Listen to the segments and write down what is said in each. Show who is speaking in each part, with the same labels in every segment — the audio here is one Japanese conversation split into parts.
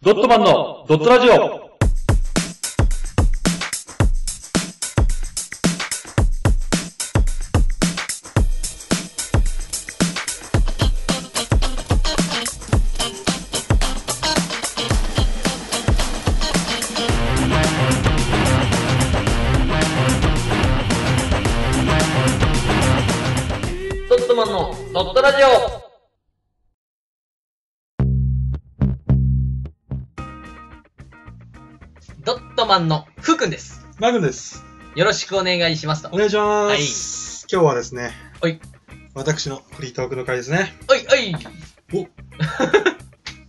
Speaker 1: ドットマンのドットラジオ
Speaker 2: ドットマンのドットラジオドットマンのふうくんです。
Speaker 3: マグンです。
Speaker 2: よろしくお願いしますと。
Speaker 3: お
Speaker 2: おい
Speaker 3: 願いします。今日はですね。
Speaker 2: はい。
Speaker 3: 私のフリートークの会ですね。
Speaker 2: おい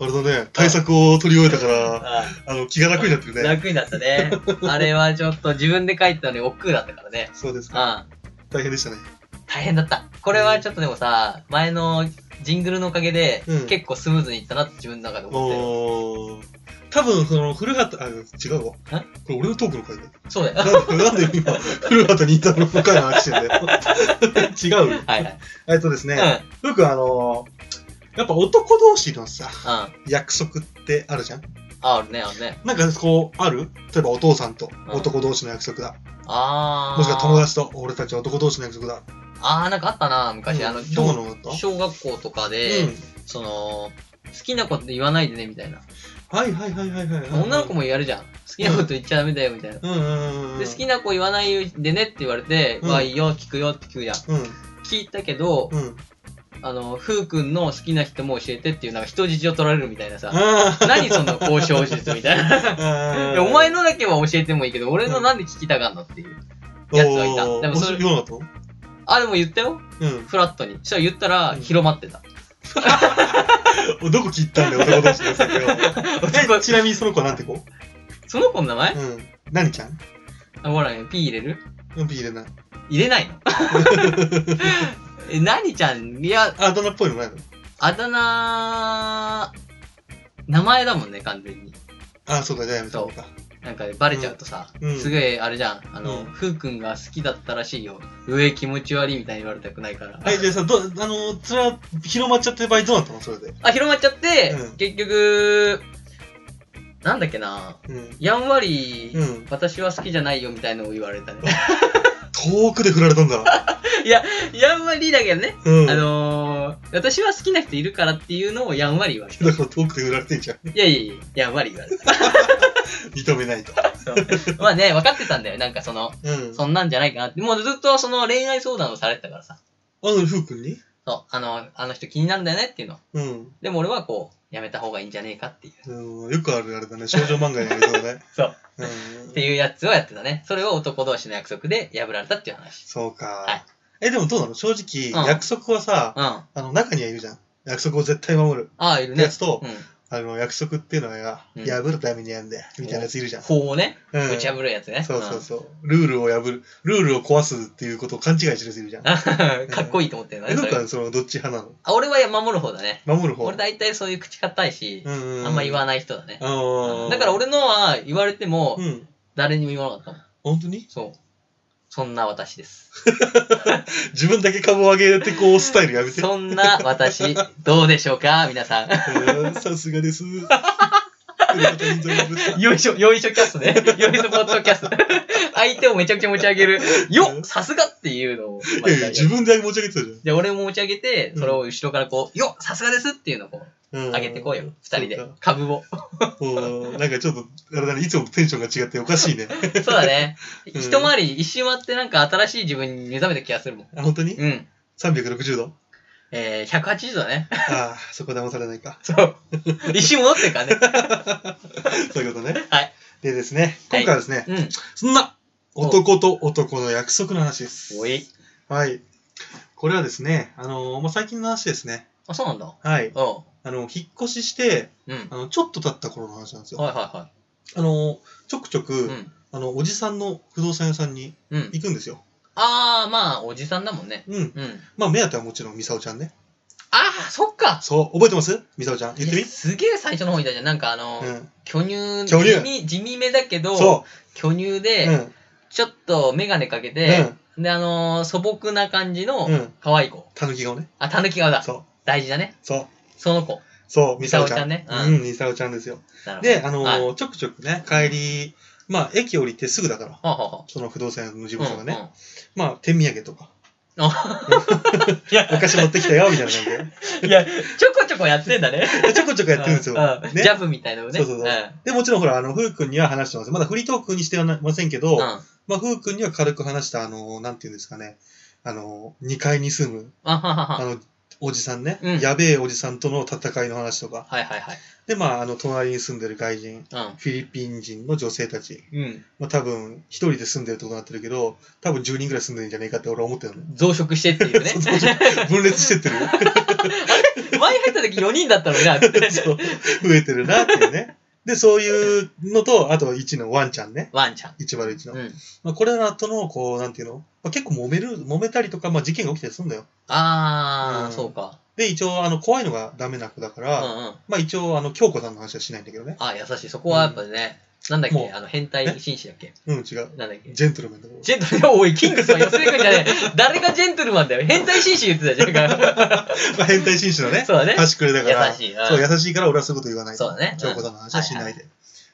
Speaker 3: あれだね、対策を取り終えたから、
Speaker 2: あ
Speaker 3: あの、気が楽になってるね。
Speaker 2: 楽になったね。 あれはちょっと自分で書いてたのに億劫だったからね。
Speaker 3: そうですか。
Speaker 2: あ
Speaker 3: 大変でしたね。
Speaker 2: 大変だった。これはちょっとでもさ、前のジングルのおかげで、
Speaker 3: うん
Speaker 2: 結構スムーズにいったなって自分の中で思ってる。
Speaker 3: おー。多分、その、古畑、あ、違うわ。これ俺のトークの回だよ。
Speaker 2: そうだよ。
Speaker 3: なんで、なんで今、古畑任太郎の回の話してんだよ。 違うよ。
Speaker 2: はいはい。
Speaker 3: えっとです
Speaker 2: うん。
Speaker 3: ね、よくあのやっぱ男同士のさ、
Speaker 2: うん。
Speaker 3: 約束ってあるじゃん
Speaker 2: あ、あるね、あるね。
Speaker 3: なんかこう、ある例えばお父さんと男同士の約束だ。
Speaker 2: あー。
Speaker 3: もしくは友達と俺たち男同士の約束だ。
Speaker 2: あー、なんかあったな、昔。あの、
Speaker 3: どこのだった
Speaker 2: 小学校とかで、
Speaker 3: うん。
Speaker 2: その、好きなこと言わないでね、みたいな。
Speaker 3: はいはいはいはいはい。
Speaker 2: 女の子もやるじゃん。好きなこと言っちゃダメだよ、みたいな。
Speaker 3: うんうんうん。
Speaker 2: で、好きな子言わないでねって言われて、
Speaker 3: うん
Speaker 2: まあいいよ、聞くよって聞くじゃん。
Speaker 3: うん
Speaker 2: 聞いたけど、
Speaker 3: うん。
Speaker 2: あの、ふうくんの好きな人も教えてっていう、なんか人質を取られるみたいなさ。
Speaker 3: あー
Speaker 2: 何その交渉術みたいな。 いやお前のだけは教えてもいいけど、俺のなんで聞きたがんのっていう。やつがいた
Speaker 3: おー
Speaker 2: でもそれ
Speaker 3: 面白いようなかっ
Speaker 2: あ、でも言ったよ。
Speaker 3: たの
Speaker 2: フラットに。そしたら言ったら、
Speaker 3: うん
Speaker 2: 広まってた。
Speaker 3: うん。どこ切ったんだよ、男同士の約束を
Speaker 2: 男
Speaker 3: えちなみにその子はなんて子う
Speaker 2: その子の名前、
Speaker 3: ん。何ちゃん
Speaker 2: あほらね、P 入れる
Speaker 3: うん、ピー入れない。
Speaker 2: 入れない のえ、何ちゃんいや、
Speaker 3: あだ名っぽいのないの
Speaker 2: あだ名、名前だもんね、完全に。
Speaker 3: あ、そうだ、じゃあやめた方が。
Speaker 2: なんかね、バレちゃうとさ、
Speaker 3: うん
Speaker 2: すごいあれじゃん、あの、
Speaker 3: うん
Speaker 2: ふうくんが好きだったらしいよ。上気持ち悪いみたいに言われたくないから。
Speaker 3: はい、じゃあさ、ど、あの、それは広まっちゃって場合どうなったのそれで。
Speaker 2: あ、広まっちゃって、
Speaker 3: うん
Speaker 2: 結局、なんだっけな、
Speaker 3: うん。
Speaker 2: やんわり、
Speaker 3: うん。
Speaker 2: 私は好きじゃないよみたいのを言われたね。
Speaker 3: 遠くで振られたんだ。
Speaker 2: やんわりだけどね、
Speaker 3: う ん。
Speaker 2: あのー、私は好きな人いるからっていうのをやんわり言われた。
Speaker 3: だから遠くで振られてんじゃん。
Speaker 2: いやいやいや、やんわり言われた。
Speaker 3: 認めないと。
Speaker 2: まあね、分かってたんだよ。なんかその、
Speaker 3: うん。
Speaker 2: そんなんじゃないかなって。もうずっとその恋愛相談をされてたからさ。
Speaker 3: あの、ふうくんに
Speaker 2: そう、あの、あの人気になるんだよねっていうの。
Speaker 3: うん。
Speaker 2: でも俺はこう、やめた方がいいんじゃねえかっていう。。
Speaker 3: うんよくあるあれだね、少女漫画にあるだね
Speaker 2: そう。
Speaker 3: うん。
Speaker 2: っていうやつをやってたね。それを男同士の約束で破られたっていう話。
Speaker 3: そうか。
Speaker 2: はい
Speaker 3: え、でもどうなの正直、
Speaker 2: うん
Speaker 3: 約束はさ、
Speaker 2: うん。あ
Speaker 3: あの、中にはいるじゃん。約束を絶対守る。
Speaker 2: あ、いる
Speaker 3: や
Speaker 2: ね
Speaker 3: つ。と
Speaker 2: う、ん。
Speaker 3: あの、約束っていうのは、
Speaker 2: うん
Speaker 3: 破るためにやんだよ。みたいなやついるじゃん。
Speaker 2: 法をね、
Speaker 3: うん。
Speaker 2: ぶち破るやつね。
Speaker 3: そうそうそう。ルールを破る、ルールを壊すっていうことを勘違いしてるやついるじゃん。
Speaker 2: うん。 かっこいいと思ってるのね。
Speaker 3: え、な
Speaker 2: そ
Speaker 3: ん
Speaker 2: れ
Speaker 3: か、その、どっち派なの
Speaker 2: あ俺は守る方だね。
Speaker 3: 守る方。
Speaker 2: 俺大体そういう口固いし、
Speaker 3: うんうんうん。
Speaker 2: あんま言わ
Speaker 3: な
Speaker 2: な
Speaker 3: い。
Speaker 2: い人だね。
Speaker 3: ああ。
Speaker 2: だから、俺のは言われても
Speaker 3: う、ん。
Speaker 2: 誰にも言わなかったもん。
Speaker 3: 本当に
Speaker 2: そう。そんな私です。
Speaker 3: 自分だけ株を上げて、こう、スタイルやめて。
Speaker 2: そんな私、どうでしょうか皆さん。
Speaker 3: うんさすがです。古畑任三郎です
Speaker 2: よいしょ、よいしょキャストね。よいしょポッドキャスト。相手をめちゃくちゃ持ち上げる。よっさすがっていうのを。
Speaker 3: いやいや、自分で持ち上げてたじ
Speaker 2: で、俺も持ち上げて、それを後ろからこう、よっさすがですっていうのをこ
Speaker 3: ゃん。
Speaker 2: う、上げてこうよ。二人で
Speaker 3: そうか。
Speaker 2: 株を。
Speaker 3: うんなんかちょっと、あれだね、いつもテンションが違っておかしいね。
Speaker 2: そうだね。
Speaker 3: うん
Speaker 2: 一回り、一周回ってなんか新しい自分に目覚めた気がするもん。
Speaker 3: あ、本当に
Speaker 2: うん。
Speaker 3: ?360 度
Speaker 2: えー、180度だね。
Speaker 3: ああ、そこ騙されないか。
Speaker 2: そう。一周戻ってるから ね。
Speaker 3: そういうことね。
Speaker 2: はい。
Speaker 3: でですね、
Speaker 2: はい
Speaker 3: 今回はですね、
Speaker 2: うん。
Speaker 3: そんな男と男の約束の話です。
Speaker 2: おい。
Speaker 3: はい。これはですね、あのーまあ、最近の話ですね。
Speaker 2: あ、そうなんだ。
Speaker 3: はい。
Speaker 2: お
Speaker 3: あの、引っ越しして、
Speaker 2: う。うん。
Speaker 3: あの、ちょっと経った頃の話なんですよ。
Speaker 2: はいは
Speaker 3: あのーちょくちょく、
Speaker 2: いはい。うん。
Speaker 3: あの、おじさんの不動産屋さんに
Speaker 2: うん。
Speaker 3: 行くんですよ。
Speaker 2: あー、まあ、おじさんだもんね。
Speaker 3: うん。
Speaker 2: うん。
Speaker 3: まあ、目当てはもちろん、ミサオちゃんね。
Speaker 2: あー、そっか。
Speaker 3: そう、覚えてますミサオちゃん。言ってみ
Speaker 2: いやすげえ最初の方にいたじゃん。なんかあの、
Speaker 3: うん。
Speaker 2: 巨乳
Speaker 3: 巨乳
Speaker 2: 地味、地味めだけど、
Speaker 3: そ
Speaker 2: 巨乳
Speaker 3: う。
Speaker 2: で、
Speaker 3: うん。
Speaker 2: ちょっとメガネかけて、で、あのー素朴な感じ
Speaker 3: うん。う
Speaker 2: の、
Speaker 3: ん。
Speaker 2: 可愛い子。
Speaker 3: たぬき顔ね。
Speaker 2: あ、たぬき顔だ。
Speaker 3: そう。
Speaker 2: 大事だね。
Speaker 3: そう。
Speaker 2: その子。
Speaker 3: そう、ミサオちゃん。
Speaker 2: ミサオちゃんね
Speaker 3: う
Speaker 2: うん
Speaker 3: ん、ミサオちゃんですよ。
Speaker 2: なるほど
Speaker 3: で、あの
Speaker 2: はい
Speaker 3: ーちょくちょくね、帰り、まあ、駅降りてすぐだから、
Speaker 2: ほうほうほ
Speaker 3: その不動産の事
Speaker 2: う。
Speaker 3: 務所がね、
Speaker 2: うんうん
Speaker 3: まあ、手土産とか、
Speaker 2: あ
Speaker 1: いや、
Speaker 3: お菓子持ってきたよ、みたいな感じで
Speaker 2: いや、ちょこちょこやってんだね。
Speaker 3: で。ちょこちょこ やってるんですよ。
Speaker 2: うう
Speaker 3: ね
Speaker 2: ジャブみたいなのね。
Speaker 3: そうそうそうで、もちろんほら、あの、ふうくんには話してます。まだフリートークにしてはなませんけど、
Speaker 2: うん。うん
Speaker 3: まあ、ふうくんには軽く話した、あのーなんていうんですかね、あのー、2階に住む、
Speaker 2: あはは
Speaker 3: あ
Speaker 2: は。
Speaker 3: の、おじさんね、
Speaker 2: うん
Speaker 3: やべえおじさんとの戦いの話とか、
Speaker 2: はいはいはい。
Speaker 3: で、まあ、あの、隣に住んでる外人、フィリピン人の女性たち、
Speaker 2: うん。うん。
Speaker 3: まあ、多分、一人で住んでるとこになってるけど、多分10人ぐらい住んでるんじゃないかって俺は思ってる の。
Speaker 2: 増殖してっていうね。
Speaker 3: そうそう分裂してっ てる。
Speaker 2: 前入った時4人だったの にな、つって。
Speaker 3: そう増えてるなっていうね。で、そういうのと、あと1のワンちゃんね。
Speaker 2: ワンちゃん。
Speaker 3: 101の。
Speaker 2: うん。
Speaker 3: まあ、これらとの、こう、なんていうの、まあ、結構揉める、揉めたりとか、まあ、事件が起きたりするんだよ。
Speaker 2: あー、
Speaker 3: うん
Speaker 2: そうか。
Speaker 3: で、一応、あの、怖いのがダメな子だか
Speaker 2: うん
Speaker 3: ら、
Speaker 2: うん。
Speaker 3: まあ、一応、あの、京子さんの話はしないんだけどね。
Speaker 2: あー、優しい。そこはやっぱね、なんだっ
Speaker 3: もう
Speaker 2: け、あの、変態紳士だっけ。
Speaker 3: うん、違う。
Speaker 2: なんだっけ。
Speaker 3: ジェントルメンだから
Speaker 2: ジェントルマン、 おい、キングスは寄せてくんじゃ ねえ。誰がジェントルマンだよ。変態紳士言ってたじゃんか。
Speaker 3: まあ、変態紳士のね、
Speaker 2: そうだね。
Speaker 3: 端くれだから。
Speaker 2: 優しい。うん
Speaker 3: そう、優しいから俺はそういうこと言わない。
Speaker 2: そうだね。
Speaker 3: 京子さんの話はし
Speaker 2: うん
Speaker 3: ないで。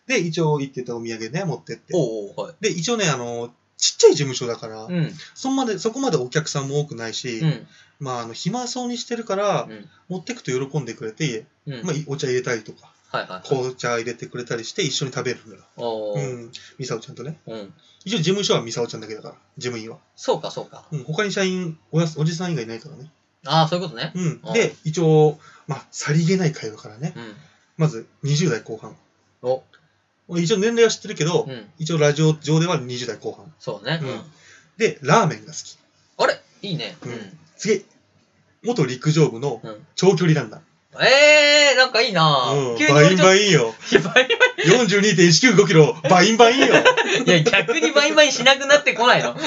Speaker 3: で、一応行ってたお土産ね、持ってって。
Speaker 2: おうおう、はい。
Speaker 3: で、一応ね、あの、ちっちゃい事務所だから、
Speaker 2: うん。
Speaker 3: そんまで、そこまでお客さんも多くないし、
Speaker 2: うん。
Speaker 3: まあ、あの、暇そうにしてるから、持ってくと喜んでくれて、
Speaker 2: うん。
Speaker 3: まあ、いお茶入れたりとか、
Speaker 2: あ、はいはいはい。
Speaker 3: 紅茶入れてくれたりして、一緒に食べるんだよ。
Speaker 2: お
Speaker 3: う
Speaker 2: ー
Speaker 3: ん。ミサオちゃんとね。
Speaker 2: うん。
Speaker 3: 一応、事務所はミサオちゃんだけだから、事務員は。
Speaker 2: そうか、そうか。
Speaker 3: うん。他に社員、おやすおじさん以外いないからね。
Speaker 2: ああ、そういうことね。
Speaker 3: うん
Speaker 2: あ。
Speaker 3: で、一応、まあ、さりげない会話からね。
Speaker 2: うん。
Speaker 3: まず、20代後半。
Speaker 2: お、
Speaker 3: 一応、年齢は知ってるけど、
Speaker 2: うん。
Speaker 3: 一応、ラジオ上では20代後半。
Speaker 2: そうね。
Speaker 3: うん
Speaker 2: うん。
Speaker 3: で、ラーメンが好き。
Speaker 2: あれいいね。
Speaker 3: う
Speaker 2: うんん。
Speaker 3: 次、元陸上部の
Speaker 2: うん
Speaker 3: 長距離ランナー。
Speaker 2: えー、なんかいいなぁ
Speaker 3: うん、バインバ
Speaker 2: イ
Speaker 3: インよ。
Speaker 2: ン。バイ
Speaker 3: 42.195キロ、バインバイ ンよ。
Speaker 2: バイン。いや、逆にバインバインしなくなってこないの。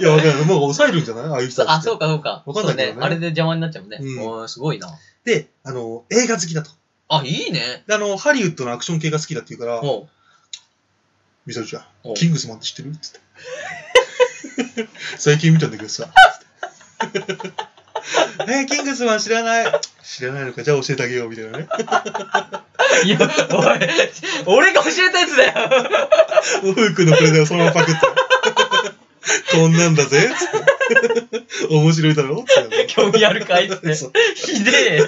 Speaker 3: いや、わかんないもう抑えるんじゃないああいう人
Speaker 2: そう
Speaker 3: たち
Speaker 2: あ、
Speaker 3: って
Speaker 2: そうか、そうか。
Speaker 3: わかんないけどね
Speaker 2: そうあれで邪魔になっちゃうもんね。
Speaker 3: うん
Speaker 2: おーすごいな
Speaker 3: で、あの、映画好きだと。
Speaker 2: あ、いいね。
Speaker 3: であの、ハリウッドのアクション系が好きだって言うから、
Speaker 2: おう
Speaker 3: ミサルちゃ
Speaker 2: お
Speaker 3: ん、
Speaker 2: う
Speaker 3: キングスマンって知ってる つって。最近見たんだけどさ。つって えー、キングスマン知らない。知らないのか、じゃあ教えてあげよう、みたいなね。
Speaker 2: いや、おい、俺が教えたやつだよ。
Speaker 3: もうフー君のこれだよ、そのままパクって。 こんなんだぜ、つって。面白いだろつって。
Speaker 2: 興味あるかいっつって。
Speaker 3: そう
Speaker 2: ひで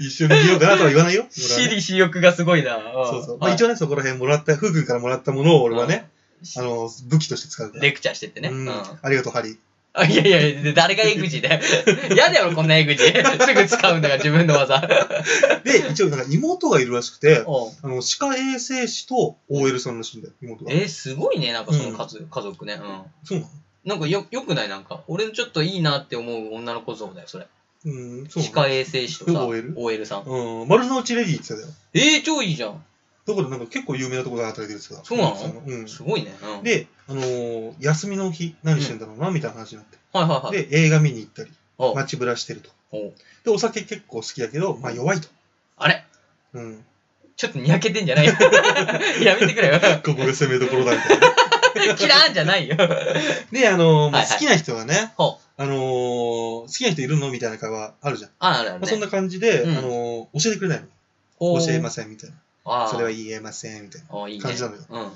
Speaker 3: 一緒に見ようかなとは言わないよ。
Speaker 2: え。私利私欲がすごいな。
Speaker 3: そうそう。まあ、
Speaker 2: はい
Speaker 3: 一応ね、そこら辺もらった、フー君からもらったものを俺はね、あ
Speaker 2: うん
Speaker 3: の、武器として使うから。
Speaker 2: レクチャーしてってね。
Speaker 3: う
Speaker 2: うんん。
Speaker 3: ありがとう、ハリー。
Speaker 2: あいやいやいや、誰がエグジだよ。 嫌だよ、俺こんなエグジ。すぐ使うんだから、自分の技。
Speaker 3: で、一応、なんか妹がいるらしくて、
Speaker 2: おう
Speaker 3: あの、歯科衛生士と OL さんらしいんだよ、妹が。
Speaker 2: えー、すごいね、なんかその数、家族ね。うん。
Speaker 3: そうなの
Speaker 2: なんかよ、よくないなんか。俺のちょっといいなって思う女の子像だよ、それ。
Speaker 3: うん、そう
Speaker 2: 歯
Speaker 3: なの
Speaker 2: 科衛生士とさ、
Speaker 3: OL？
Speaker 2: さん。
Speaker 3: うん、丸の内レディーって言ってたよ。
Speaker 2: えー、超いいじゃん。
Speaker 3: どこでなんか結構有名なところで働いてるって言ってた。
Speaker 2: そうなの
Speaker 3: うん。
Speaker 2: すごいね。うん。
Speaker 3: で、あのー休みの日、何してんだろうな、みたいな話になって。
Speaker 2: はいはいはい。
Speaker 3: で、映画見に行ったり、
Speaker 2: おう
Speaker 3: 街ぶらしてると。
Speaker 2: おう
Speaker 3: で、お酒結構好きだけど、まあ弱いと。
Speaker 2: あれ
Speaker 3: うん。
Speaker 2: ちょっとにやけてんじゃない よ。やめてくれよ。
Speaker 3: ここが攻めどころだみたいな。
Speaker 2: キラーンじゃないよ。
Speaker 3: で、あのーまあ
Speaker 2: はいはい
Speaker 3: 好きな人がね、
Speaker 2: ほう。
Speaker 3: あのー好きな人いるのみたいな会話あるじゃん。
Speaker 2: あ、あるある、
Speaker 3: まあ、
Speaker 2: ね。
Speaker 3: そんな感じで、
Speaker 2: うん
Speaker 3: あのー教えてくれない
Speaker 2: ほ
Speaker 3: の。
Speaker 2: う
Speaker 3: 教えません、みたいな。
Speaker 2: あー
Speaker 3: それは言えません、みたいな。
Speaker 2: あーいいね。
Speaker 3: 感じなのよ
Speaker 2: うん。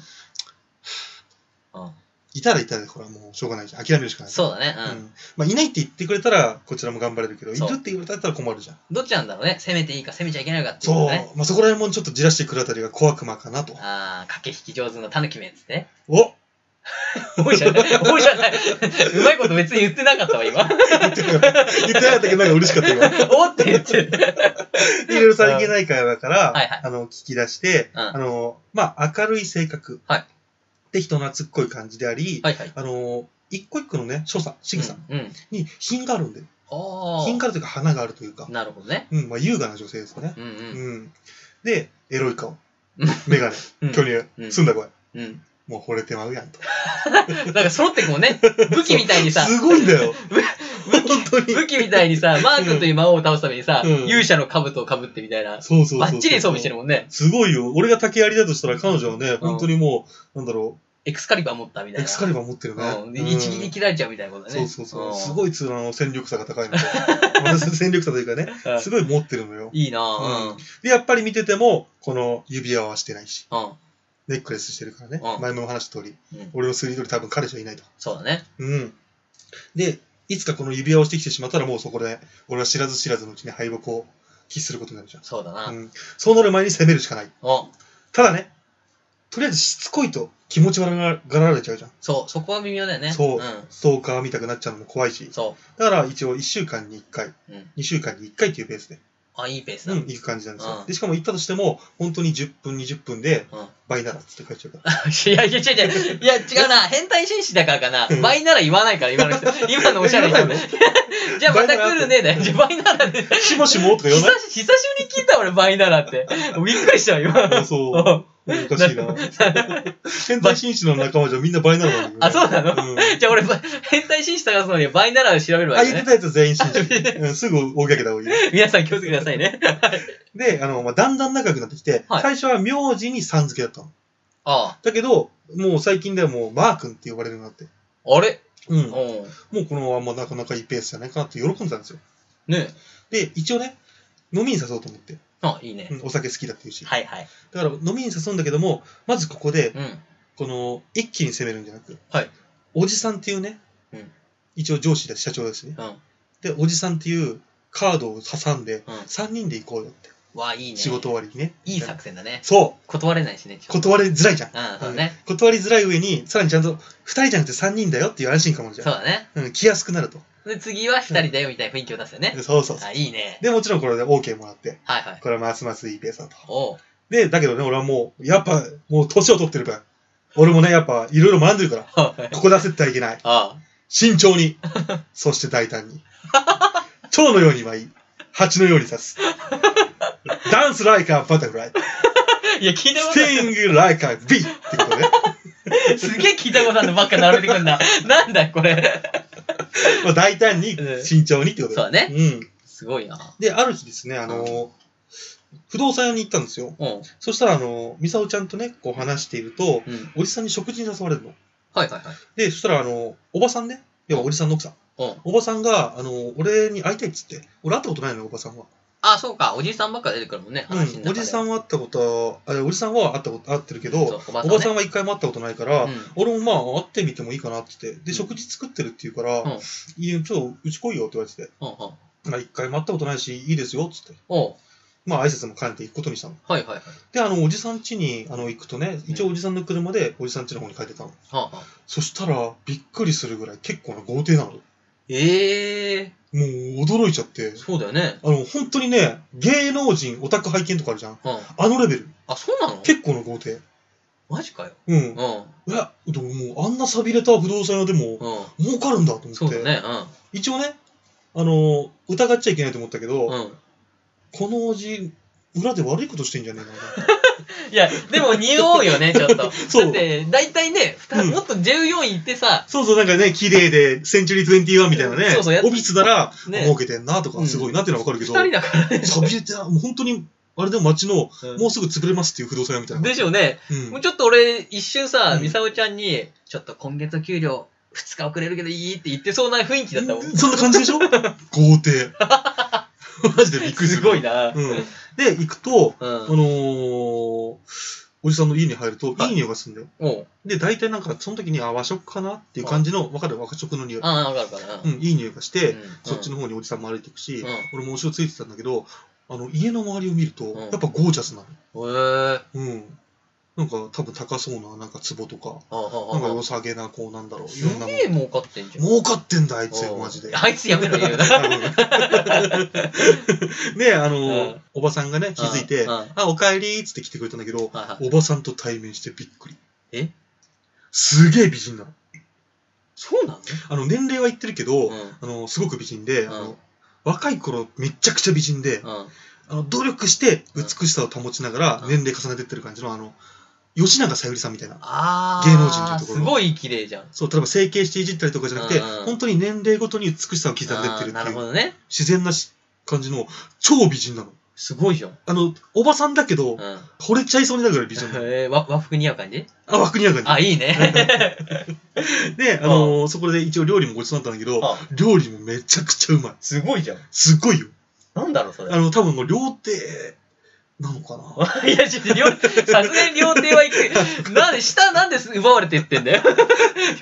Speaker 2: うん
Speaker 3: いたらいたで、ほら、もうしょうがないじゃん。諦めるしかない。
Speaker 2: そうだね、
Speaker 3: う
Speaker 2: うん。
Speaker 3: んまあ、いないって言ってくれたら、こちらも頑張れるけど、いる
Speaker 2: そう
Speaker 3: って言われたら困るじゃん。
Speaker 2: どっちなんだろうね。攻めていいか攻めちゃいけないかっていう
Speaker 3: そ
Speaker 2: の
Speaker 3: う
Speaker 2: ね。。
Speaker 3: まあ、そこら辺もちょっとじらしてくるあたりが小悪魔かなと。
Speaker 2: ああ、駆け引き上手のタヌキめっつってね。
Speaker 3: お
Speaker 2: おいじゃない。おいじゃない。うまいこと別に言ってなかった わ、今。
Speaker 3: 言ってなかった言ってなかったけど、なんか嬉しかった 今。で
Speaker 2: おって言ってる。
Speaker 3: いろいろさりげない会話から、
Speaker 2: はいはい
Speaker 3: あの、聞き出して、
Speaker 2: うん
Speaker 3: あの、まあ、明るい性格。
Speaker 2: はい
Speaker 3: で、人懐っこい感じであり、
Speaker 2: はいはい。
Speaker 3: あの、一個一個のね、所作、仕草
Speaker 2: うん。うん。
Speaker 3: に品があるんで、
Speaker 2: あ
Speaker 3: 品があるというか、花があるというか
Speaker 2: あ。、なるほどね。
Speaker 3: うん、まあ、優雅な女性ですね。
Speaker 2: うん
Speaker 3: う。
Speaker 2: うんん。
Speaker 3: で、エロい顔
Speaker 2: うん。
Speaker 3: メガネ、
Speaker 2: うん
Speaker 3: 巨乳、
Speaker 2: うん
Speaker 3: 澄んだ声。
Speaker 2: うん。
Speaker 3: もう惚れてまうやんと。
Speaker 2: なんか揃ってこう ね。武器みたいにさ。
Speaker 3: すごいんだ よ。本当に。
Speaker 2: 武器みたいにさ、マー君という魔王を倒すためにさ、
Speaker 3: うん
Speaker 2: 勇者の兜をかぶってみたいな、
Speaker 3: そうそうそうそう。
Speaker 2: バッチリ装備してるもんね。
Speaker 3: すごいよ。俺が竹槍だとしたら彼女はね、本当にもう、なんだろう、
Speaker 2: エクスカリバー持ったみたいな。
Speaker 3: エクスカリバー持ってるね。
Speaker 2: うん。
Speaker 3: うん
Speaker 2: で一撃で切られちゃうみたいなことだ
Speaker 3: そ
Speaker 2: ね。
Speaker 3: うそうそう。
Speaker 2: ん
Speaker 3: すごいつあの戦力差 が高いので。私戦力差というかね、
Speaker 2: うん
Speaker 3: すごい持ってるのよ。
Speaker 2: いいなぁ。うん。
Speaker 3: で、やっぱり見てても、この指輪はしてないし、
Speaker 2: うん。
Speaker 3: ネックレスしてるからね。
Speaker 2: うん
Speaker 3: 前も話した通り、
Speaker 2: うん
Speaker 3: 俺のスリードリ多分彼女はいないと。
Speaker 2: そうだね。
Speaker 3: うん。で、いつかこの指輪をしてきてしまったらもうそこで、俺は知らず知らずのうちに敗北を喫することになるじゃん。
Speaker 2: そうだな。
Speaker 3: うん、そうなる前に攻めるしかない。
Speaker 2: お
Speaker 3: ただね、とりあえずしつこいと気持ち悪がられちゃうじゃん。
Speaker 2: そう、そこは微妙だよね。う
Speaker 3: そう
Speaker 2: ん。
Speaker 3: ストーカーみたくなっちゃうのも怖いし。
Speaker 2: そ
Speaker 3: だから一応1週間に1回、
Speaker 2: う。うん。
Speaker 3: 2週間に1回っていうペースで、
Speaker 2: あ、いいペース
Speaker 3: う
Speaker 2: だ。
Speaker 3: ん
Speaker 2: うん。
Speaker 3: 行く感じなんです
Speaker 2: う
Speaker 3: よ
Speaker 2: ん。、
Speaker 3: で、しかも行ったとしても、本当に10分、20分で
Speaker 2: い
Speaker 3: 倍ならっつって書いちゃうか
Speaker 2: や、いや、違う違う。いや、違うな。変態紳士だからかな
Speaker 3: う。ん
Speaker 2: 倍なら言わないから、今 の人。今のおしゃれな
Speaker 3: 言わない
Speaker 2: 人。 じゃあまた来るね。だよ。じゃあ倍ならね。
Speaker 3: ら。しもしもとか言
Speaker 2: 久
Speaker 3: わ
Speaker 2: し
Speaker 3: ない
Speaker 2: 久しぶりに聞いた俺、倍なら って。びっくりしたよ、今。
Speaker 3: あそう。おかしいな。変態紳士の仲間じゃみんな倍ならなんだけどね
Speaker 2: あそうなの
Speaker 3: ん
Speaker 2: じゃあ俺、変態紳士探すのに倍ならを調べるわ
Speaker 3: あ、
Speaker 2: け
Speaker 3: 言って
Speaker 2: ね。
Speaker 3: たやつは全員信 じる。うんすぐ大げけた方がいい。
Speaker 2: 皆さん気をつけてくださいね。
Speaker 3: で、あの、まあ、だんだん仲良くなってきて、
Speaker 2: はい
Speaker 3: 最初は名字にさん付けだったの。
Speaker 2: あ
Speaker 3: だけど、もう最近ではもうマー君って呼ばれるようになって。
Speaker 2: あ。あれ
Speaker 3: うん。も
Speaker 2: うん。
Speaker 3: うこのあんまなかなかいいペースじゃないかなって喜んでたんですよ。
Speaker 2: ね
Speaker 3: で、一応ね、飲みに誘おうと思って。
Speaker 2: あ、いいね
Speaker 3: う。んお酒好きだっていうし。
Speaker 2: はいはい。
Speaker 3: だから飲みに誘うんだけども、まずここで、
Speaker 2: うん。
Speaker 3: この、一気に攻めるんじゃなく、
Speaker 2: はい
Speaker 3: おじさんっていうね、
Speaker 2: うん
Speaker 3: 一応上司だし社長ですね。
Speaker 2: うん。
Speaker 3: で、おじさんっていうカードを挟んで、
Speaker 2: うん。
Speaker 3: 3人で行こうよって。
Speaker 2: わあ、いいね。
Speaker 3: 仕事終わりにね。
Speaker 2: いい作戦だね。
Speaker 3: そ
Speaker 2: 断れないしね。
Speaker 3: う断りづらいじゃん。
Speaker 2: うん、そうだね。
Speaker 3: 断りづらい上に、さらにちゃんと2人じゃなくて3人だよっていう安心感もあるじ
Speaker 2: そう
Speaker 3: ゃん。
Speaker 2: だね。
Speaker 3: うん、来やすくなると。
Speaker 2: で、次は二人だよみたいな雰囲気を出すよね。
Speaker 3: そうそうそう。
Speaker 2: あ、いいね。
Speaker 3: で、もちろんこれで OK もらって、
Speaker 2: はいはい。
Speaker 3: これはますますいいペースだと。
Speaker 2: おう。
Speaker 3: で、だけどね、俺はもう、やっぱ、もう年を取ってる分、俺もね、やっぱ、いろいろ学んでるから、
Speaker 2: あ
Speaker 3: ここ出せってはいけない。
Speaker 2: あ。
Speaker 3: 慎重 に、そして大胆に。蝶のように舞い、蜂のように刺す。ダンス like a butterfly,
Speaker 2: いや、聞いたことない。
Speaker 3: sting like a bee ってことね。
Speaker 2: すげえ聞いたことあるのばっか並べてく んな。なんだよこれ。
Speaker 3: まあ、大胆に
Speaker 2: う、ん
Speaker 3: 慎重にってこと
Speaker 2: そうだね
Speaker 3: うん。
Speaker 2: すごいな。
Speaker 3: で、ある日ですね、あのー不動産屋に行ったんですよ。
Speaker 2: うん。
Speaker 3: そしたら、あのー、ミサオちゃんとね、こう話していると、
Speaker 2: うん。
Speaker 3: おじさんに食事に誘われるの。
Speaker 2: はいはいはい。
Speaker 3: で、そしたら、あのー、おばさんね、要はおじさんの奥さん。
Speaker 2: うん。
Speaker 3: おばさんが、あのー、俺に会いたいっつって、俺会ったことないのよ、おばさんは。
Speaker 2: あ、そうか。おじさんばっか出てくるもんね。
Speaker 3: う
Speaker 2: 話の中
Speaker 3: ん、
Speaker 2: で
Speaker 3: おじさんは会ったことは、あおじさんは会ったこと、会ってるけど、
Speaker 2: そうおばさ
Speaker 3: お
Speaker 2: んね
Speaker 3: ばさんは一回も会ったことないから、
Speaker 2: うん
Speaker 3: 俺もまあ会ってみてもいいかなって言って、
Speaker 2: う
Speaker 3: で、
Speaker 2: ん
Speaker 3: 食事作ってるって言うから、
Speaker 2: うん
Speaker 3: いやちょっとうち来いよって言われてて、
Speaker 2: うんうん。
Speaker 3: まあ一回も会ったことないし、いいですよっつって、
Speaker 2: おう。
Speaker 3: まあ挨拶も兼ねて行くことにしたの。
Speaker 2: はいはいはい。
Speaker 3: で、あの、おじさん家にあの行くとね、一応
Speaker 2: うん
Speaker 3: おじさんの車でおじさん家の方に帰ってたの。
Speaker 2: はあはあ。
Speaker 3: そしたら、びっくりするぐらい結構な豪邸なの。も
Speaker 2: ええ
Speaker 3: う驚いちゃって
Speaker 2: ー。。そうだよね。
Speaker 3: あの、本当にね、芸能人オタク拝見とかあるじゃん。
Speaker 2: うん。
Speaker 3: あのレベル。
Speaker 2: あ、そうなの
Speaker 3: 結構な豪邸。
Speaker 2: マジかよ。
Speaker 3: う。
Speaker 2: うんん。
Speaker 3: いや、でももうあんな寂れた不動産屋でも、
Speaker 2: う
Speaker 3: 儲かるんだと
Speaker 2: ん。
Speaker 3: 思
Speaker 2: そ
Speaker 3: っ
Speaker 2: うだ
Speaker 3: て。
Speaker 2: ね。
Speaker 3: 一応ね、あの、疑っちゃいけないと思ったけど、
Speaker 2: うん。うん。
Speaker 3: このおじ、裏で悪いことしてんじゃねえかな。
Speaker 2: いや、でも匂うよね、ちょっと。だ
Speaker 3: そう
Speaker 2: って、大体ね、ふた
Speaker 3: うん
Speaker 2: もっと14位ってさ、
Speaker 3: そうそう、なんかね、綺麗で、センチュリー21みたいなね、
Speaker 2: そうそうやっ
Speaker 3: オフィスなら、
Speaker 2: ね
Speaker 3: 儲けてんなと
Speaker 2: う
Speaker 3: か、
Speaker 2: ん
Speaker 3: すごいなっていうのはわか
Speaker 2: 2
Speaker 3: るけど、
Speaker 2: 人だからね。
Speaker 3: 寂れてな、もう本当に、あれでも街の、もうすぐ潰れますっていう不動産屋みたいな。
Speaker 2: でしょうね。
Speaker 3: うん
Speaker 2: もうちょっと俺、一瞬さ
Speaker 3: う、ん
Speaker 2: ミサオちゃんに、ちょっと今月の給料2日遅れるけどいいって言ってそうな雰囲気だったもん。
Speaker 3: そんな感じ でしょ豪邸。マジでびっくりす
Speaker 2: す
Speaker 3: る。
Speaker 2: ごいな。
Speaker 3: うん。で、行くと、
Speaker 2: う
Speaker 3: あ
Speaker 2: ん。
Speaker 3: のー、おじさんの家に入ると、
Speaker 2: はい
Speaker 3: いい匂いがするんだよ。
Speaker 2: おう。
Speaker 3: で、大体なんか、その時に、あ、和食かなっていう感じの、わかる和食の匂い。
Speaker 2: ああ、わかるかな。
Speaker 3: うん、いい匂いがして、
Speaker 2: うん
Speaker 3: そっちの方におじさんも歩いていくし、
Speaker 2: うん
Speaker 3: 俺も後ろついてたんだけど、あの、家の周りを見ると、
Speaker 2: ん
Speaker 3: やっぱゴージャスなの。
Speaker 2: うんへえ。
Speaker 3: うん。なんか、多分高そうな、なんか壺とか、
Speaker 2: ああ、
Speaker 3: なんか
Speaker 2: あ
Speaker 3: 良
Speaker 2: あ。
Speaker 3: さげな、こう、なんだろう、いろ
Speaker 2: す
Speaker 3: んなも
Speaker 2: げえ儲かってんじゃん。
Speaker 3: の。儲かってんだ、あいつ
Speaker 2: お
Speaker 3: よ、
Speaker 2: う
Speaker 3: マジで。
Speaker 2: あいつやめろよ。
Speaker 3: ねあの、
Speaker 2: うん
Speaker 3: おばさんがね、気づいて、
Speaker 2: うんうん
Speaker 3: あ、おかえりっつって来てくれたんだけど、
Speaker 2: はいはい
Speaker 3: おばさんと対面してびっくり。
Speaker 2: え
Speaker 3: すげえ美人なの。
Speaker 2: そうなの
Speaker 3: あの、年齢は言ってるけど、
Speaker 2: うん
Speaker 3: あの、すごく美人で、あ
Speaker 2: うん
Speaker 3: の若い頃めちゃくちゃ美人で、
Speaker 2: うん。
Speaker 3: あの努力して美しさを保ちながら
Speaker 2: うん
Speaker 3: 年齢重ねてってる感じの、あの、吉永小百合さんみたいな。
Speaker 2: ああ。
Speaker 3: 芸能人のとこ
Speaker 2: す
Speaker 3: ろ
Speaker 2: ごい綺麗じゃん。
Speaker 3: そう、例えば整形していじったりとかじゃなくて、
Speaker 2: うんうん
Speaker 3: 本当に年齢ごとに美しさを刻んでってる
Speaker 2: あ
Speaker 3: っ
Speaker 2: ー
Speaker 3: てい
Speaker 2: なる
Speaker 3: う
Speaker 2: ほどね。
Speaker 3: 自然なし感じの超美人なの。
Speaker 2: すごいじゃん。
Speaker 3: あの、おばさんだけど
Speaker 2: う、ん。
Speaker 3: 惚れちゃいそうになるぐらい美女なの。
Speaker 2: えー、わ和服似合う感 じ
Speaker 3: あ、枠にある感
Speaker 2: あ、いいね。
Speaker 3: じ。で、あのー、そこで一応料理もごちそうになったんだけど、
Speaker 2: あ
Speaker 3: 料理もめちゃくちゃうまい。
Speaker 2: すごいじゃん。
Speaker 3: すっごいよ。
Speaker 2: なんだろう、それ
Speaker 3: あ。の、多分もう料亭なのかな。
Speaker 2: いや、ちょっと料、さすがに料亭は 行く。なんで、下なんです奪われてってん だよ。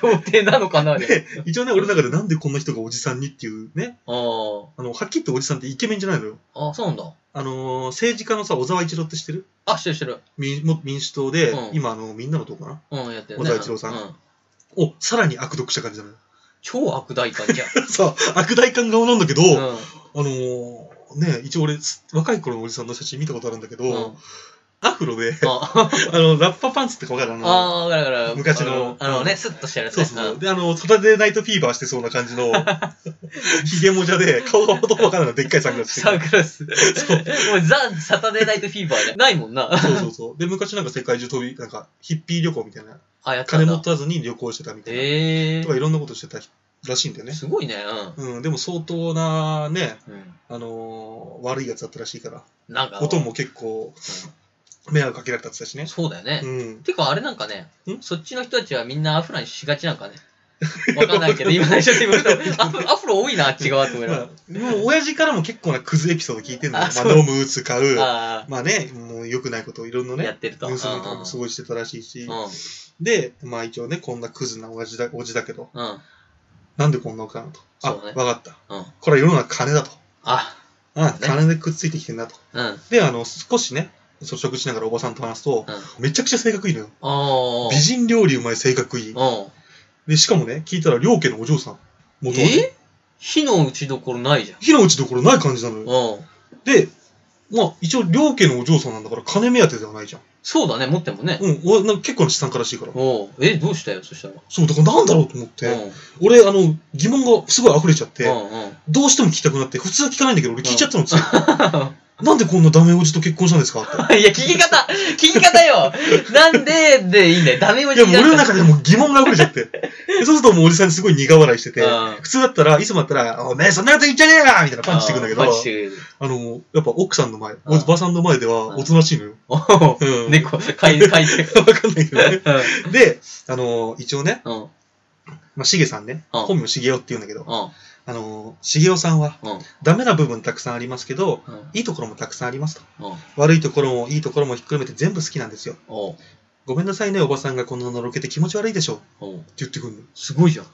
Speaker 2: 料亭なのかなあれ。
Speaker 3: で、一応ね、俺の中でなんでこんな人がおじさんにっていうね、
Speaker 2: あー
Speaker 3: あの、はっきり言っておじさんってイケメンじゃないのよ。
Speaker 2: あ、そうなんだ。
Speaker 3: あのー、政治家のさ、小沢一郎って知ってる
Speaker 2: あ、してるしてる。
Speaker 3: 民も民主党で、
Speaker 2: うん
Speaker 3: 今、あの、みんなの党かな
Speaker 2: うん、やってる、
Speaker 3: 小
Speaker 2: ね。
Speaker 3: 沢一郎さん
Speaker 2: うん。
Speaker 3: を、さらに悪読した感じ なのよ。
Speaker 2: 超悪大官じゃん。
Speaker 3: さあ、悪大感顔なんだけど、あ
Speaker 2: うん
Speaker 3: のー、ね、一応俺、す若い頃のおじさんの写真見たことあるんだけど、
Speaker 2: うん。
Speaker 3: アフロで、
Speaker 2: あ
Speaker 3: あの、ラッパパンツってかわかるあの、
Speaker 2: あー、だから、
Speaker 3: 昔の
Speaker 2: あのあのね、スッとしてるやつ
Speaker 3: そう
Speaker 2: ね。
Speaker 3: そうそう。
Speaker 2: ん
Speaker 3: で、あの、サタデーナイトフィーバーしてそうな感 じの、ヒゲもじゃで、顔がほとんどわからないでっかいサングラスして
Speaker 2: サン
Speaker 3: る。
Speaker 2: グラス。もうザ・サタデーナイトフィーバーじゃないもんな。
Speaker 3: そうそうそう。で、昔なんか世界中飛び、なんか、ヒッピー旅行みたいな。
Speaker 2: あ、やってた
Speaker 3: 金
Speaker 2: んだ
Speaker 3: 持たずに旅行してたみたいな。
Speaker 2: ええ
Speaker 3: とかいろんなことしてたらしいんだよね。
Speaker 2: すごいね。
Speaker 3: うん、でも相当なね、
Speaker 2: うん。うん。
Speaker 3: あのー悪いやつだったらしいから。
Speaker 2: なんか、
Speaker 3: 音も結構、迷惑かけられたって言ってたしね。
Speaker 2: そうだよね。
Speaker 3: うん。
Speaker 2: てか、あれなんかね
Speaker 3: ん、
Speaker 2: そっちの人たちはみんなアフロにしがちなん かね。わかんないけど、今最初で言うと、アフアフロ多いな、あっち側って思いながら。
Speaker 3: まあもう親父からも結構なクズエピソード聞いてんのよ。
Speaker 2: あ
Speaker 3: ま
Speaker 2: そ
Speaker 3: あ、
Speaker 2: う
Speaker 3: 飲む、打つ、買う。
Speaker 2: あ
Speaker 3: まあね、もう良くないことをいろんな
Speaker 2: あ、
Speaker 3: ね
Speaker 2: や、ってると。
Speaker 3: 盗
Speaker 2: うん
Speaker 3: み
Speaker 2: う
Speaker 3: とかもすごいしてたらしいし、
Speaker 2: ん
Speaker 3: で、まあ一応ね、こんなクズなおじだおじだけど、
Speaker 2: うん。
Speaker 3: なんでこんなお金なのと。あ、
Speaker 2: そうね
Speaker 3: わかった。
Speaker 2: うん。
Speaker 3: これは世の中金だと。
Speaker 2: あ、
Speaker 3: あ、
Speaker 2: ね
Speaker 3: 金でくっついてきてんだと。
Speaker 2: うん。うん。
Speaker 3: で、あの、少しね、咀食しながらおばさんと話すと、
Speaker 2: あ
Speaker 3: めちゃくちゃ性格いいのよ。
Speaker 2: あ。
Speaker 3: 美人料理うまい、性格いい。
Speaker 2: うん。
Speaker 3: で、しかもね、聞いたら、両家のお嬢さん。元々
Speaker 2: え火の打ちどころないじゃん。
Speaker 3: 火の打ちどころない感じなのよ。
Speaker 2: うん。
Speaker 3: で、まあ、一応、両家のお嬢さんなんだから、金目当てではないじゃん。
Speaker 2: そうだね、持ってもね。
Speaker 3: うん、おなんか結構な資産家らしいから。
Speaker 2: おうえ、どうしたよ、そしたら。
Speaker 3: そう、だからなんだろうと思っ
Speaker 2: う
Speaker 3: て、
Speaker 2: ん。
Speaker 3: 俺、あの、疑問がすごい溢れちゃって、
Speaker 2: うんうん。
Speaker 3: どうしても聞きたくなって、普通は聞かないんだけど、俺聞いちゃったのつい。
Speaker 2: い
Speaker 3: なんでこんなダメおじと結婚したんですかっ
Speaker 2: や、聞き方聞き方よなんでで いいんだよ。ダメ押
Speaker 3: て。いや、
Speaker 2: し
Speaker 3: もう俺の中でもう疑問が溢れち ゃって。でそうするともうおじさんにすごい苦笑いしてて、
Speaker 2: うん
Speaker 3: 普通だったらいつもだったら、おめえそんなこと言っちゃねえよみたいなパンチしてくんだけど、
Speaker 2: あ
Speaker 3: あ
Speaker 2: ーパンチしてくる
Speaker 3: の、やっぱ奥さんの前、
Speaker 2: う
Speaker 3: お
Speaker 2: ん
Speaker 3: ばさんの前では
Speaker 2: うん
Speaker 3: おとなしいのよ。
Speaker 2: おう
Speaker 3: うん。
Speaker 2: 猫、飼い、飼い手。
Speaker 3: わかんないけどね。
Speaker 2: うん。
Speaker 3: で、あの、一応ね、
Speaker 2: うん。うん。
Speaker 3: まあ、しげさんね、
Speaker 2: うん
Speaker 3: 本名しげおって言うんだけど、
Speaker 2: うん。
Speaker 3: あの、しげおさんは、
Speaker 2: うん。
Speaker 3: ダメな部分たくさんありますけど、
Speaker 2: うん。
Speaker 3: いいところもたくさんありますと。
Speaker 2: うん。
Speaker 3: 悪いところもいいところもひっくるめて全部好きなんですよ。
Speaker 2: おう
Speaker 3: ごめんなさいね、おばさんがこんなのろけて気持ち悪いでしょ。って
Speaker 2: おう
Speaker 3: 言ってくるの。
Speaker 2: すごいじゃん。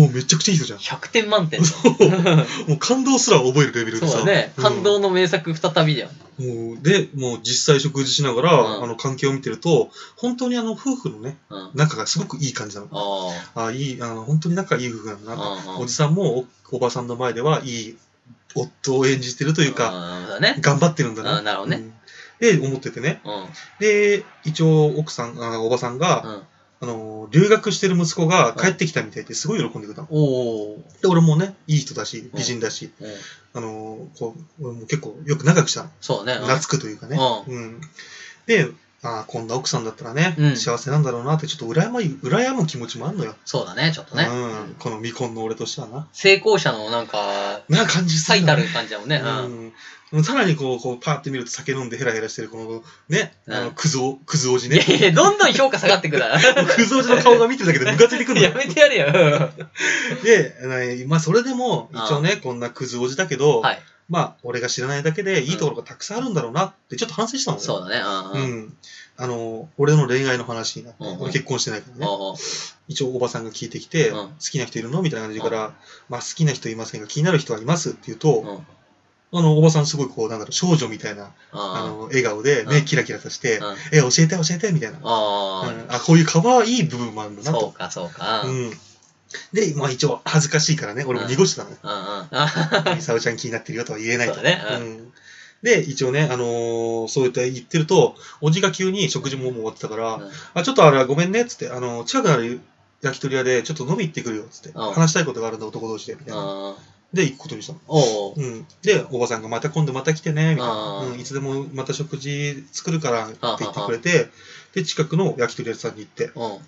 Speaker 3: もうめちゃくちゃいい人じゃん。
Speaker 2: 100点満点。そ
Speaker 3: そうもう感動すら覚えるレベル
Speaker 2: う
Speaker 3: でさ。
Speaker 2: だね。
Speaker 3: うん
Speaker 2: 感動の名作再びじゃん。
Speaker 3: もうで、もう実際食事しながら、
Speaker 2: うん
Speaker 3: あの関係を見てると、本当にあの夫婦のね、
Speaker 2: うん。あ
Speaker 3: 仲がすごくいい感じなの。
Speaker 2: あ。
Speaker 3: あいい、あの本当に仲いい夫婦なんだなと。
Speaker 2: あ
Speaker 3: おじさんもおおばさんの前ではいい夫を演じてるというか、
Speaker 2: か。だね。
Speaker 3: 頑張ってるんだ
Speaker 2: あ
Speaker 3: な。
Speaker 2: なるほどね。
Speaker 3: うんで、思っててね。
Speaker 2: うん。
Speaker 3: で、一応奥さん、あおばさんが、
Speaker 2: うん。
Speaker 3: あの、留学してる息子が帰ってきたみたいですごい喜んでくれたの。
Speaker 2: おう
Speaker 3: で、俺もね、いい人だし、美人だし、
Speaker 2: おう
Speaker 3: あのこう、俺も結構よく長くしたの。
Speaker 2: そうだね。うん
Speaker 3: 懐くというかね。
Speaker 2: う
Speaker 3: うん。で、ああ、こんな奥さんだったらね、
Speaker 2: うん
Speaker 3: 幸せなんだろうなって、ちょっと羨まい、羨む気持ちもあんのよ。
Speaker 2: そうだね、ちょっとね。
Speaker 3: うん。この未婚の俺としてはな。
Speaker 2: 成功者のなんか、
Speaker 3: なあ感じす
Speaker 2: 最
Speaker 3: る
Speaker 2: た
Speaker 3: な
Speaker 2: る感じだもんね。うん。
Speaker 3: うん。さらにこう、こうパーって見ると酒飲んでヘラヘラしてるこの、ね、あ
Speaker 2: う
Speaker 3: の、
Speaker 2: ん
Speaker 3: クズお、クズおじ
Speaker 2: い
Speaker 3: ね
Speaker 2: や。いや、どん どん評価下がってくだ
Speaker 3: クズおじの顔が見てるだけでムカついてくるの
Speaker 2: や
Speaker 3: よ。
Speaker 2: めてやれよ。うん
Speaker 3: で、まあ、それでも、一応ね、こんなクズおじだけど、
Speaker 2: はい。
Speaker 3: まあ、俺が知らないだけで、いいところがたくさんあるんだろうなって、ちょっと反省したのね。
Speaker 2: そうだね。う
Speaker 3: うん
Speaker 2: うん。
Speaker 3: ん。あの、俺の恋愛の話になっ
Speaker 2: う
Speaker 3: て、
Speaker 2: んうん
Speaker 3: 俺結婚してないからね。
Speaker 2: おうおう
Speaker 3: 一応、おばさんが聞いてきて、
Speaker 2: うん
Speaker 3: 好きな人いるのみたいな感じから、まあ、好きな人いませんが、気になる人はいますって言うと、
Speaker 2: うん。
Speaker 3: あの、おばさんすごい、こう、なんだろう、少女みたいな、あ
Speaker 2: あ
Speaker 3: の、笑顔で、
Speaker 2: うん
Speaker 3: 目キラキラさして、
Speaker 2: あ。
Speaker 3: え、教えて、教えて、みたいな。
Speaker 2: あ
Speaker 3: うんあ、こういう可愛い部分もあるん
Speaker 2: あ。
Speaker 3: だな
Speaker 2: そう
Speaker 3: と。
Speaker 2: か、そうか。うん。うん。
Speaker 3: うん。で、まあ、一応、恥ずかしいからね、俺も濁してたのね。
Speaker 2: あ
Speaker 3: ミサオちゃん気になってるよとは言えない
Speaker 2: そう
Speaker 3: と。
Speaker 2: だね。う
Speaker 3: うんんで、一応ね、あのーそう言って言ってると、おじが急に食事ももう終わってたから、
Speaker 2: うん
Speaker 3: あ、ちょっとあれはごめんね、つって、あのー近くなる焼き鳥屋でちょっと飲み行ってくるよ、つって、
Speaker 2: うん
Speaker 3: 話したいことがあるんだ、男同士で、みたいな。
Speaker 2: ああ。
Speaker 3: で、行くことにしたの。
Speaker 2: おう
Speaker 3: うん、で、おばさんがまた今度また来てね、みたいな、
Speaker 2: うん
Speaker 3: うん。いつでもまた食事作るからって言ってくれて、で、近くの焼き鳥屋さんに行って、
Speaker 2: おう。うん。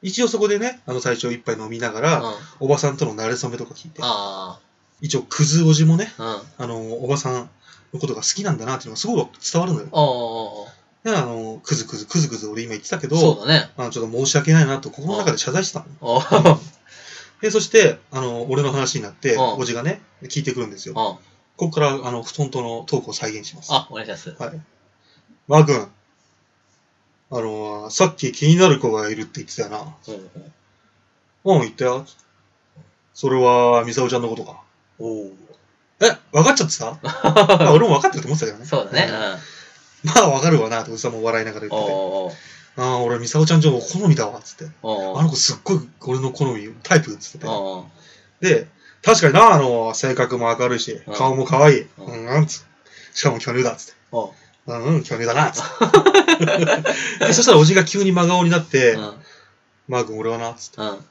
Speaker 3: 一応そこでね、あの、最初一杯飲みながら、
Speaker 2: あ
Speaker 3: おばさんとの馴れ初めとか聞いて、
Speaker 2: あ
Speaker 3: 一応、クズおじもね、
Speaker 2: ー。うん。
Speaker 3: あのーおばさん、のことが好きなんだなっていうのがすごく伝わるのよ。
Speaker 2: ああ。
Speaker 3: で、あの、くずくずくずくず俺今言ってたけ
Speaker 2: そ
Speaker 3: ど、
Speaker 2: うだね。
Speaker 3: あのちょっと申し訳ないなと心の中で謝罪してたの。
Speaker 2: あ
Speaker 3: で、そして、あの、俺の話になって、
Speaker 2: うん
Speaker 3: おじがね、聞いてくるんですよ。こ
Speaker 2: あ。
Speaker 3: こから、あの、本当のトークを再現します。
Speaker 2: あ、お願いします。
Speaker 3: はい。マー君、あのー、さっき気になる子がいるって言ってたよな。
Speaker 2: ほうほう
Speaker 3: うん、言ったよ。それは、ミサオちゃんのことか。
Speaker 2: おう
Speaker 3: え、分かっちゃっ てたまあ俺も分かってると思ってたけどね。
Speaker 2: そうだね。うん
Speaker 3: ん。まあ、分かるわな、とおじさんも笑いながら言ってて。
Speaker 2: おう
Speaker 3: ああ、俺、ミサオちゃんじゃ好みだわ、つって。
Speaker 2: おうおう
Speaker 3: あの子すっごい俺の好み、タイプ、つってて。
Speaker 2: おう
Speaker 3: で、確かにな、あの、性格も明るいし、
Speaker 2: うん
Speaker 3: 顔も可愛い。
Speaker 2: う
Speaker 3: うんん、うん、つしかも巨乳だ、つって。
Speaker 2: おう
Speaker 3: うん、うん、巨乳だな、つって。で、そしたらおじが急に真顔になって、
Speaker 2: うん。
Speaker 3: マー君俺はな、つって。
Speaker 2: うん。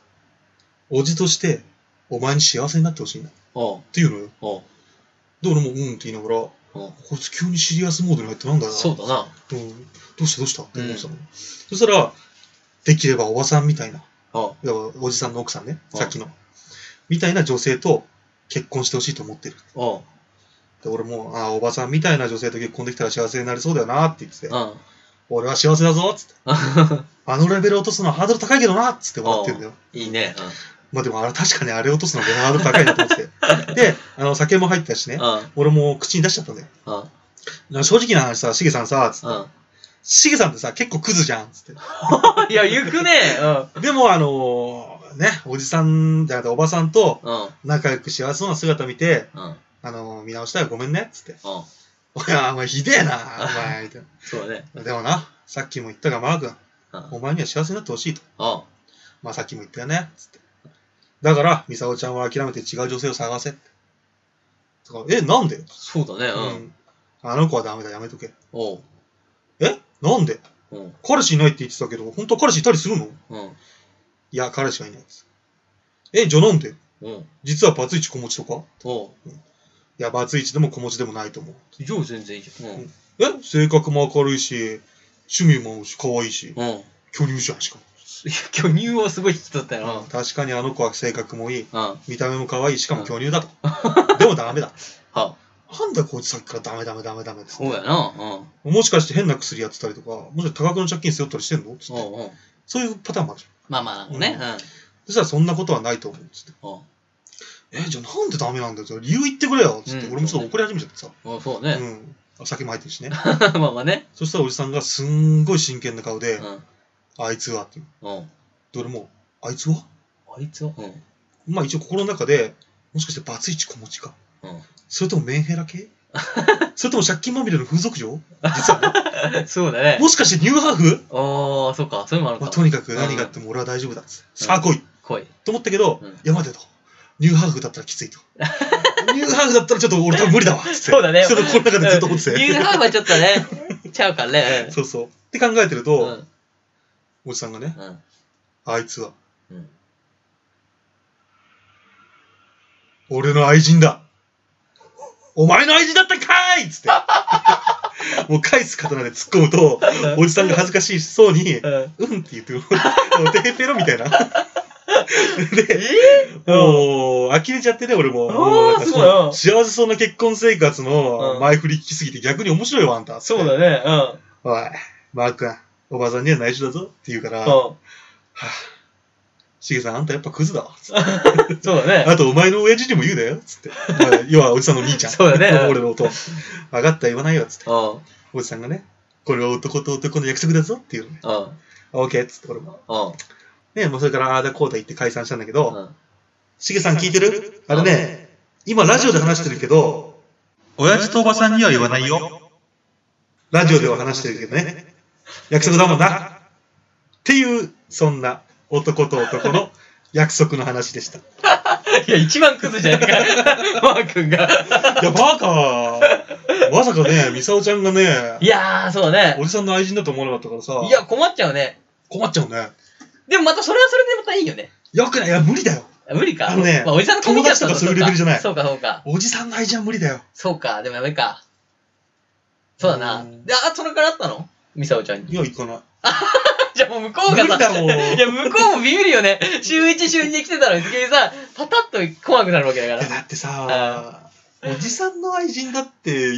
Speaker 3: おじとして、お前に幸せになってほしいんだ。っ
Speaker 2: おう
Speaker 3: ていうのよ。
Speaker 2: おう
Speaker 3: で、俺も、うんって言いながら、こ
Speaker 2: おう
Speaker 3: いつ急にシリアスモードに入ってなんだよな。
Speaker 2: そうだな。
Speaker 3: うんどうしたどうしたって思ってたの。そしたら、できればおばさんみたいな、
Speaker 2: おう
Speaker 3: だからおじさんの奥さんね、
Speaker 2: うん
Speaker 3: さっきの、みたいな女性と結婚してほしいと思ってる。
Speaker 2: おう
Speaker 3: で、俺も、ああ、おばさんみたいな女性と結婚できたら幸せになりそうだよなって言ってて
Speaker 2: う、ん。
Speaker 3: 俺は幸せだぞっつって。あのレベル落とすのはハードル高いけどなっつって笑ってんだよ。
Speaker 2: いいね。
Speaker 3: まあでもあれ確かにあれ落とすのはハードル高いなと思 ってて。で、あの酒も入ってたしね
Speaker 2: うん。う、ん。
Speaker 3: 俺も口に出しちゃったんだよ。
Speaker 2: うん。
Speaker 3: な正直な話さ、しげさんさ、つって
Speaker 2: うん。
Speaker 3: しげさんってさ、結構クズじゃん、つって。
Speaker 2: いや、行くね。
Speaker 3: でも、あのーね、おじさんじゃなくて、おばさんと
Speaker 2: うん。うん。
Speaker 3: 仲良く幸せそうな姿見て、
Speaker 2: うん。
Speaker 3: あのー見直したらごめんね、っつって。
Speaker 2: うん。
Speaker 3: お前、お前ひでえな、お前、みたい
Speaker 2: そうだね。
Speaker 3: な。でもな、さっきも言ったが、マー君、
Speaker 2: うん。
Speaker 3: お前には幸せになってほしいと。
Speaker 2: うん。
Speaker 3: まあ、さっきも言ったよね、つって。だから、ミサオちゃんは諦めて違う女性を探せって。とかえ、なんで
Speaker 2: そうだね。
Speaker 3: う
Speaker 2: うん。
Speaker 3: ん。あの子はダメだ、やめとけ。
Speaker 2: おう。
Speaker 3: えなんで
Speaker 2: うん。
Speaker 3: 彼氏いないって言ってたけど、本当は彼氏いたりするの
Speaker 2: うん。
Speaker 3: いや、彼氏はいないです。え、じゃあなんで
Speaker 2: うん。
Speaker 3: 実はバツイチ子持ちとか
Speaker 2: おう。
Speaker 3: いや、バツイチでも子持ちでもないと思う。
Speaker 2: じゃあ全然いいじゃん。うん。
Speaker 3: え性格も明るいし、趣味も合うし、可愛いし、
Speaker 2: うん。いや、
Speaker 3: 巨乳じゃん、しかも。
Speaker 2: 巨乳をすごい引き取ったよ。
Speaker 3: 確かにあの子は性格もいい。
Speaker 2: うん。うん。
Speaker 3: 見た目も可愛いし、かも巨乳だと。でもダメだ。
Speaker 2: は、
Speaker 3: なんだこいつさっきからダメダメダメダメです、
Speaker 2: そうやな。うん。
Speaker 3: もしかして変な薬やってたりとか、もしかして多額の借金背負ったりしてんのつって
Speaker 2: おうおう。
Speaker 3: そういうパターンもあるじゃん。
Speaker 2: まあまあね。
Speaker 3: そしたらそんなことはないと思う。つって。
Speaker 2: うん。うん。
Speaker 3: え、じゃあなんでダメなんだよ。じゃあ理由言ってくれよ。つって。
Speaker 2: うん
Speaker 3: 俺もちょっと怒り始めちゃってさ。
Speaker 2: うん、そう
Speaker 3: う
Speaker 2: ね。
Speaker 3: ん。あ酒も入ってるし ね。
Speaker 2: まあまあね。
Speaker 3: そしたらおじさんがすんごい真剣な顔で
Speaker 2: う、ん。
Speaker 3: あいつはって。
Speaker 2: うん。
Speaker 3: で、俺も、あいつは
Speaker 2: あいつはうん。
Speaker 3: まあ一応心の中で、もしかしてバツイチ子持ちか。それともメンヘラ系 それとも借金まみれの風俗嬢実は、ね、
Speaker 2: うん。そうだね。
Speaker 3: もしかしてニューハーフ、
Speaker 2: ああ、そうか。それもある
Speaker 3: まあ、
Speaker 2: か。
Speaker 3: とにかく何があっても俺は大丈夫だっつって、さあ来い
Speaker 2: 来い。
Speaker 3: と思ったけど、
Speaker 2: うん
Speaker 3: 山でと。ニューハーフだったらきつ いと。ニューハーフだったらちょっと俺多分無理だわっつって。
Speaker 2: そうだね
Speaker 3: それ心の中でずっと思って
Speaker 2: うんニュー
Speaker 3: て。
Speaker 2: ハーフはちょっと ね、ちゃうからね。
Speaker 3: そうそう。って考えてると、
Speaker 2: うん。
Speaker 3: おじさんがね、
Speaker 2: うん。
Speaker 3: あいつは、
Speaker 2: うん
Speaker 3: 俺の愛人だお前の愛人だったんかいっ つって。もう返す刀で突っ込むと、おじさんが恥ずかしそうに、
Speaker 2: うん
Speaker 3: うんって言って、もうテヘペロみた いな。で、もう、呆れちゃってね、俺も。
Speaker 2: あー
Speaker 3: もうなんか
Speaker 2: そうだよ
Speaker 3: 幸せそうな結婚生活の
Speaker 2: うん
Speaker 3: 前振り聞きすぎて逆に面白いわ、あんた。
Speaker 2: そうだね。
Speaker 3: おい、マー君、おばさんには内緒だぞって言うから、は
Speaker 2: う
Speaker 3: ぁ、しげさん、あんたやっぱクズだわ。つって
Speaker 2: ん。うん。そうだね。
Speaker 3: あと、お前の親父にも言うなよ。つって。まあ要は、おじさんの兄ちゃ ん。
Speaker 2: そうだね
Speaker 3: 俺の弟。分かった、言わないよ。つって。
Speaker 2: うん。うん。
Speaker 3: おじさんがね、これは男と男の約束だぞっていうのね。オーケーっつって、俺も。
Speaker 2: う
Speaker 3: ね、もうそれから、あーだこうだ言って解散したんだけど、
Speaker 2: ん。うん。
Speaker 3: しげさん聞いてるあれね、今ラジオで話してるけど、親父とおばさんには言わないよ。ラジオでは話してるけどね。約束だもんな。っていう、そんな男と男の約束の話でした。
Speaker 2: いや、一番クズじゃねえ か。マー君が。
Speaker 3: いや、バカまさかね、ミサオちゃんがね
Speaker 2: い、やー、そうだね。
Speaker 3: おじさんの愛人だと思わなかったからさ、
Speaker 2: いや、困っちゃうね。
Speaker 3: 困っちゃうね。
Speaker 2: でもまたそれはそれでまたいいよね。
Speaker 3: よくない、いや、無理だよ。
Speaker 2: 無理か。
Speaker 3: あのね
Speaker 2: まあ、おじさんのコミュニケーション
Speaker 3: 友達とかそういうレベルじゃない
Speaker 2: そうか、そうか。
Speaker 3: おじさんの愛人は無理だよ。
Speaker 2: そうか、でもやめか。そうだな。
Speaker 3: うん
Speaker 2: で、あ、それからあったのミサオちゃんに。
Speaker 3: いや、行かない。
Speaker 2: じゃあもう向こうが
Speaker 3: 無理だ
Speaker 2: さ、
Speaker 3: も
Speaker 2: い
Speaker 3: ん。
Speaker 2: や、向こうもビビるよね。週1、週2で来てたのに、急にさ、パタッと来なくなるわけだ
Speaker 3: いや
Speaker 2: か
Speaker 3: だって
Speaker 2: あ
Speaker 3: さ、おじさんの愛人だって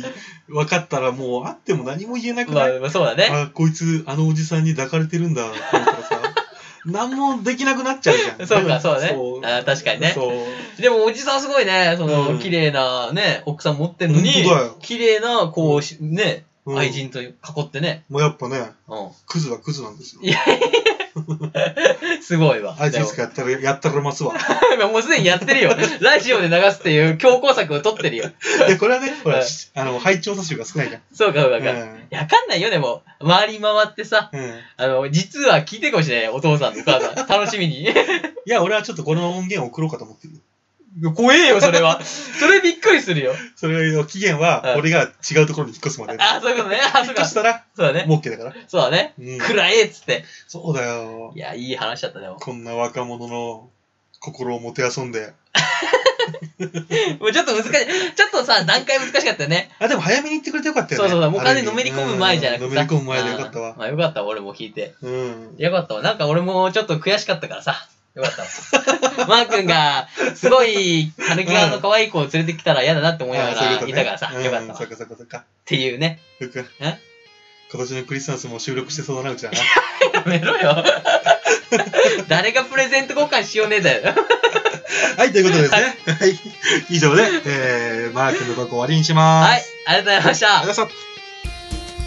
Speaker 3: 分かったらもう会っても何も言えなく
Speaker 2: ま
Speaker 3: ない
Speaker 2: あ、まあそうだね。
Speaker 3: あ、こいつ、あのおじさんに抱かれてるんだ、って思ったら さ、何もできなくなっちゃうじゃん。
Speaker 2: そうかそうねあ確かにね
Speaker 3: そう。
Speaker 2: でもおじさんすごいね、その、
Speaker 3: うん
Speaker 2: 綺麗なね、奥さん持ってんのに
Speaker 3: 本当だよ、
Speaker 2: 綺麗な、こうし、ね、
Speaker 3: うん
Speaker 2: 愛人と囲ってね。
Speaker 3: もうやっぱね、
Speaker 2: うん。
Speaker 3: クズはクズなんですよ
Speaker 2: い。やすごいわ。
Speaker 3: 愛人しかやったら、やったらますわ。
Speaker 2: でも もうすでにやってるよ。ラジオで流すっていう強行策を取ってるよ。
Speaker 3: いや、これはね、ほ
Speaker 2: う
Speaker 3: ら
Speaker 2: ん、
Speaker 3: あの、配聴者数が少ないじゃん。
Speaker 2: そうか、そうか。そううかい
Speaker 3: ん。
Speaker 2: やわかんないよ、でも。回り回ってさ、
Speaker 3: うん、
Speaker 2: あの、実は聞いてるかもしれない。お父さんとお母さん。楽しみに。
Speaker 3: いや、俺はちょっとこの音源を送ろうかと思ってるよ。
Speaker 2: 怖えよ、それは。それびっくりするよ。
Speaker 3: それの期限は
Speaker 2: う、ん
Speaker 3: 俺が違うところに引っ越すまで。
Speaker 2: あ、そういうことね。あ、
Speaker 3: 引
Speaker 2: そ
Speaker 3: っ
Speaker 2: う
Speaker 3: 越
Speaker 2: か。
Speaker 3: し
Speaker 2: そう
Speaker 3: たら、
Speaker 2: だね。
Speaker 3: もう OK だから。
Speaker 2: そうだね。
Speaker 3: うん。
Speaker 2: 暗えっつって。
Speaker 3: そうだよ
Speaker 2: い。や、いい話だったね。も
Speaker 3: こんな若者の心をもてあそんで。
Speaker 2: うちょっと難しい。ちょっとさ、段階難しかったよね。
Speaker 3: あ、でも早めに言ってくれてよかったよ
Speaker 2: そう
Speaker 3: ね。
Speaker 2: そうそう。もう完全に
Speaker 3: あ
Speaker 2: のめ
Speaker 3: る
Speaker 2: り
Speaker 3: 意
Speaker 2: 込
Speaker 3: 味
Speaker 2: む前じゃなくて
Speaker 3: う
Speaker 2: さ。
Speaker 3: んのめり込む前でよかった
Speaker 2: う
Speaker 3: わ
Speaker 2: ん。まあよかったわ、俺も聞いて。
Speaker 3: うん。
Speaker 2: よかったわ。なんか俺もちょっと悔しかったからさ。よか ったわ。マー君が、すごい、たぬき側の可愛い子を連れてきたら嫌だなって思いなが
Speaker 3: あーそうい
Speaker 2: ら
Speaker 3: うことね
Speaker 2: いたからさ。よかっ
Speaker 3: う
Speaker 2: た
Speaker 3: ん
Speaker 2: わ。
Speaker 3: そっ
Speaker 2: っ
Speaker 3: かそっかそっか。
Speaker 2: ていうね。
Speaker 3: よく。
Speaker 2: え
Speaker 3: 今年のクリスマスも収録してそうだな、うちはな。
Speaker 2: やめろ よ。誰がプレゼント交換しようねえだよ。
Speaker 3: はい、ということでですね。はい。以上で、えー、マークのとこ終わりにします。
Speaker 2: はい。ありがとうございまし
Speaker 3: あ
Speaker 2: た
Speaker 3: りがとうご。ざいました。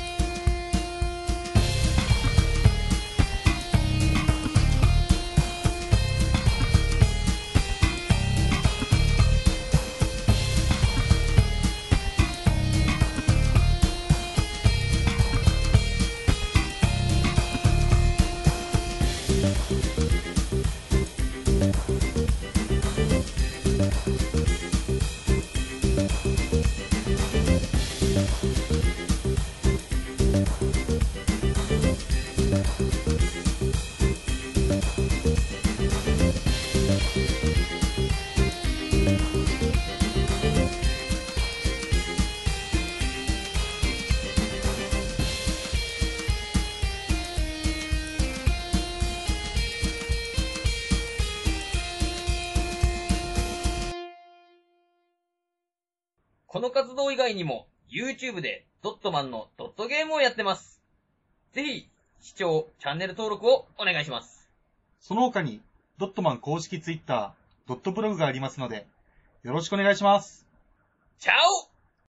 Speaker 2: この活動以外にも、YouTube でドットマンのドットゲームをやってます。ぜひ、視聴、チャンネル登録をお願いします。
Speaker 4: その他に、ドットマン公式ツイッター、ドットブログがありますので、よろしくお願いします。
Speaker 2: チャオ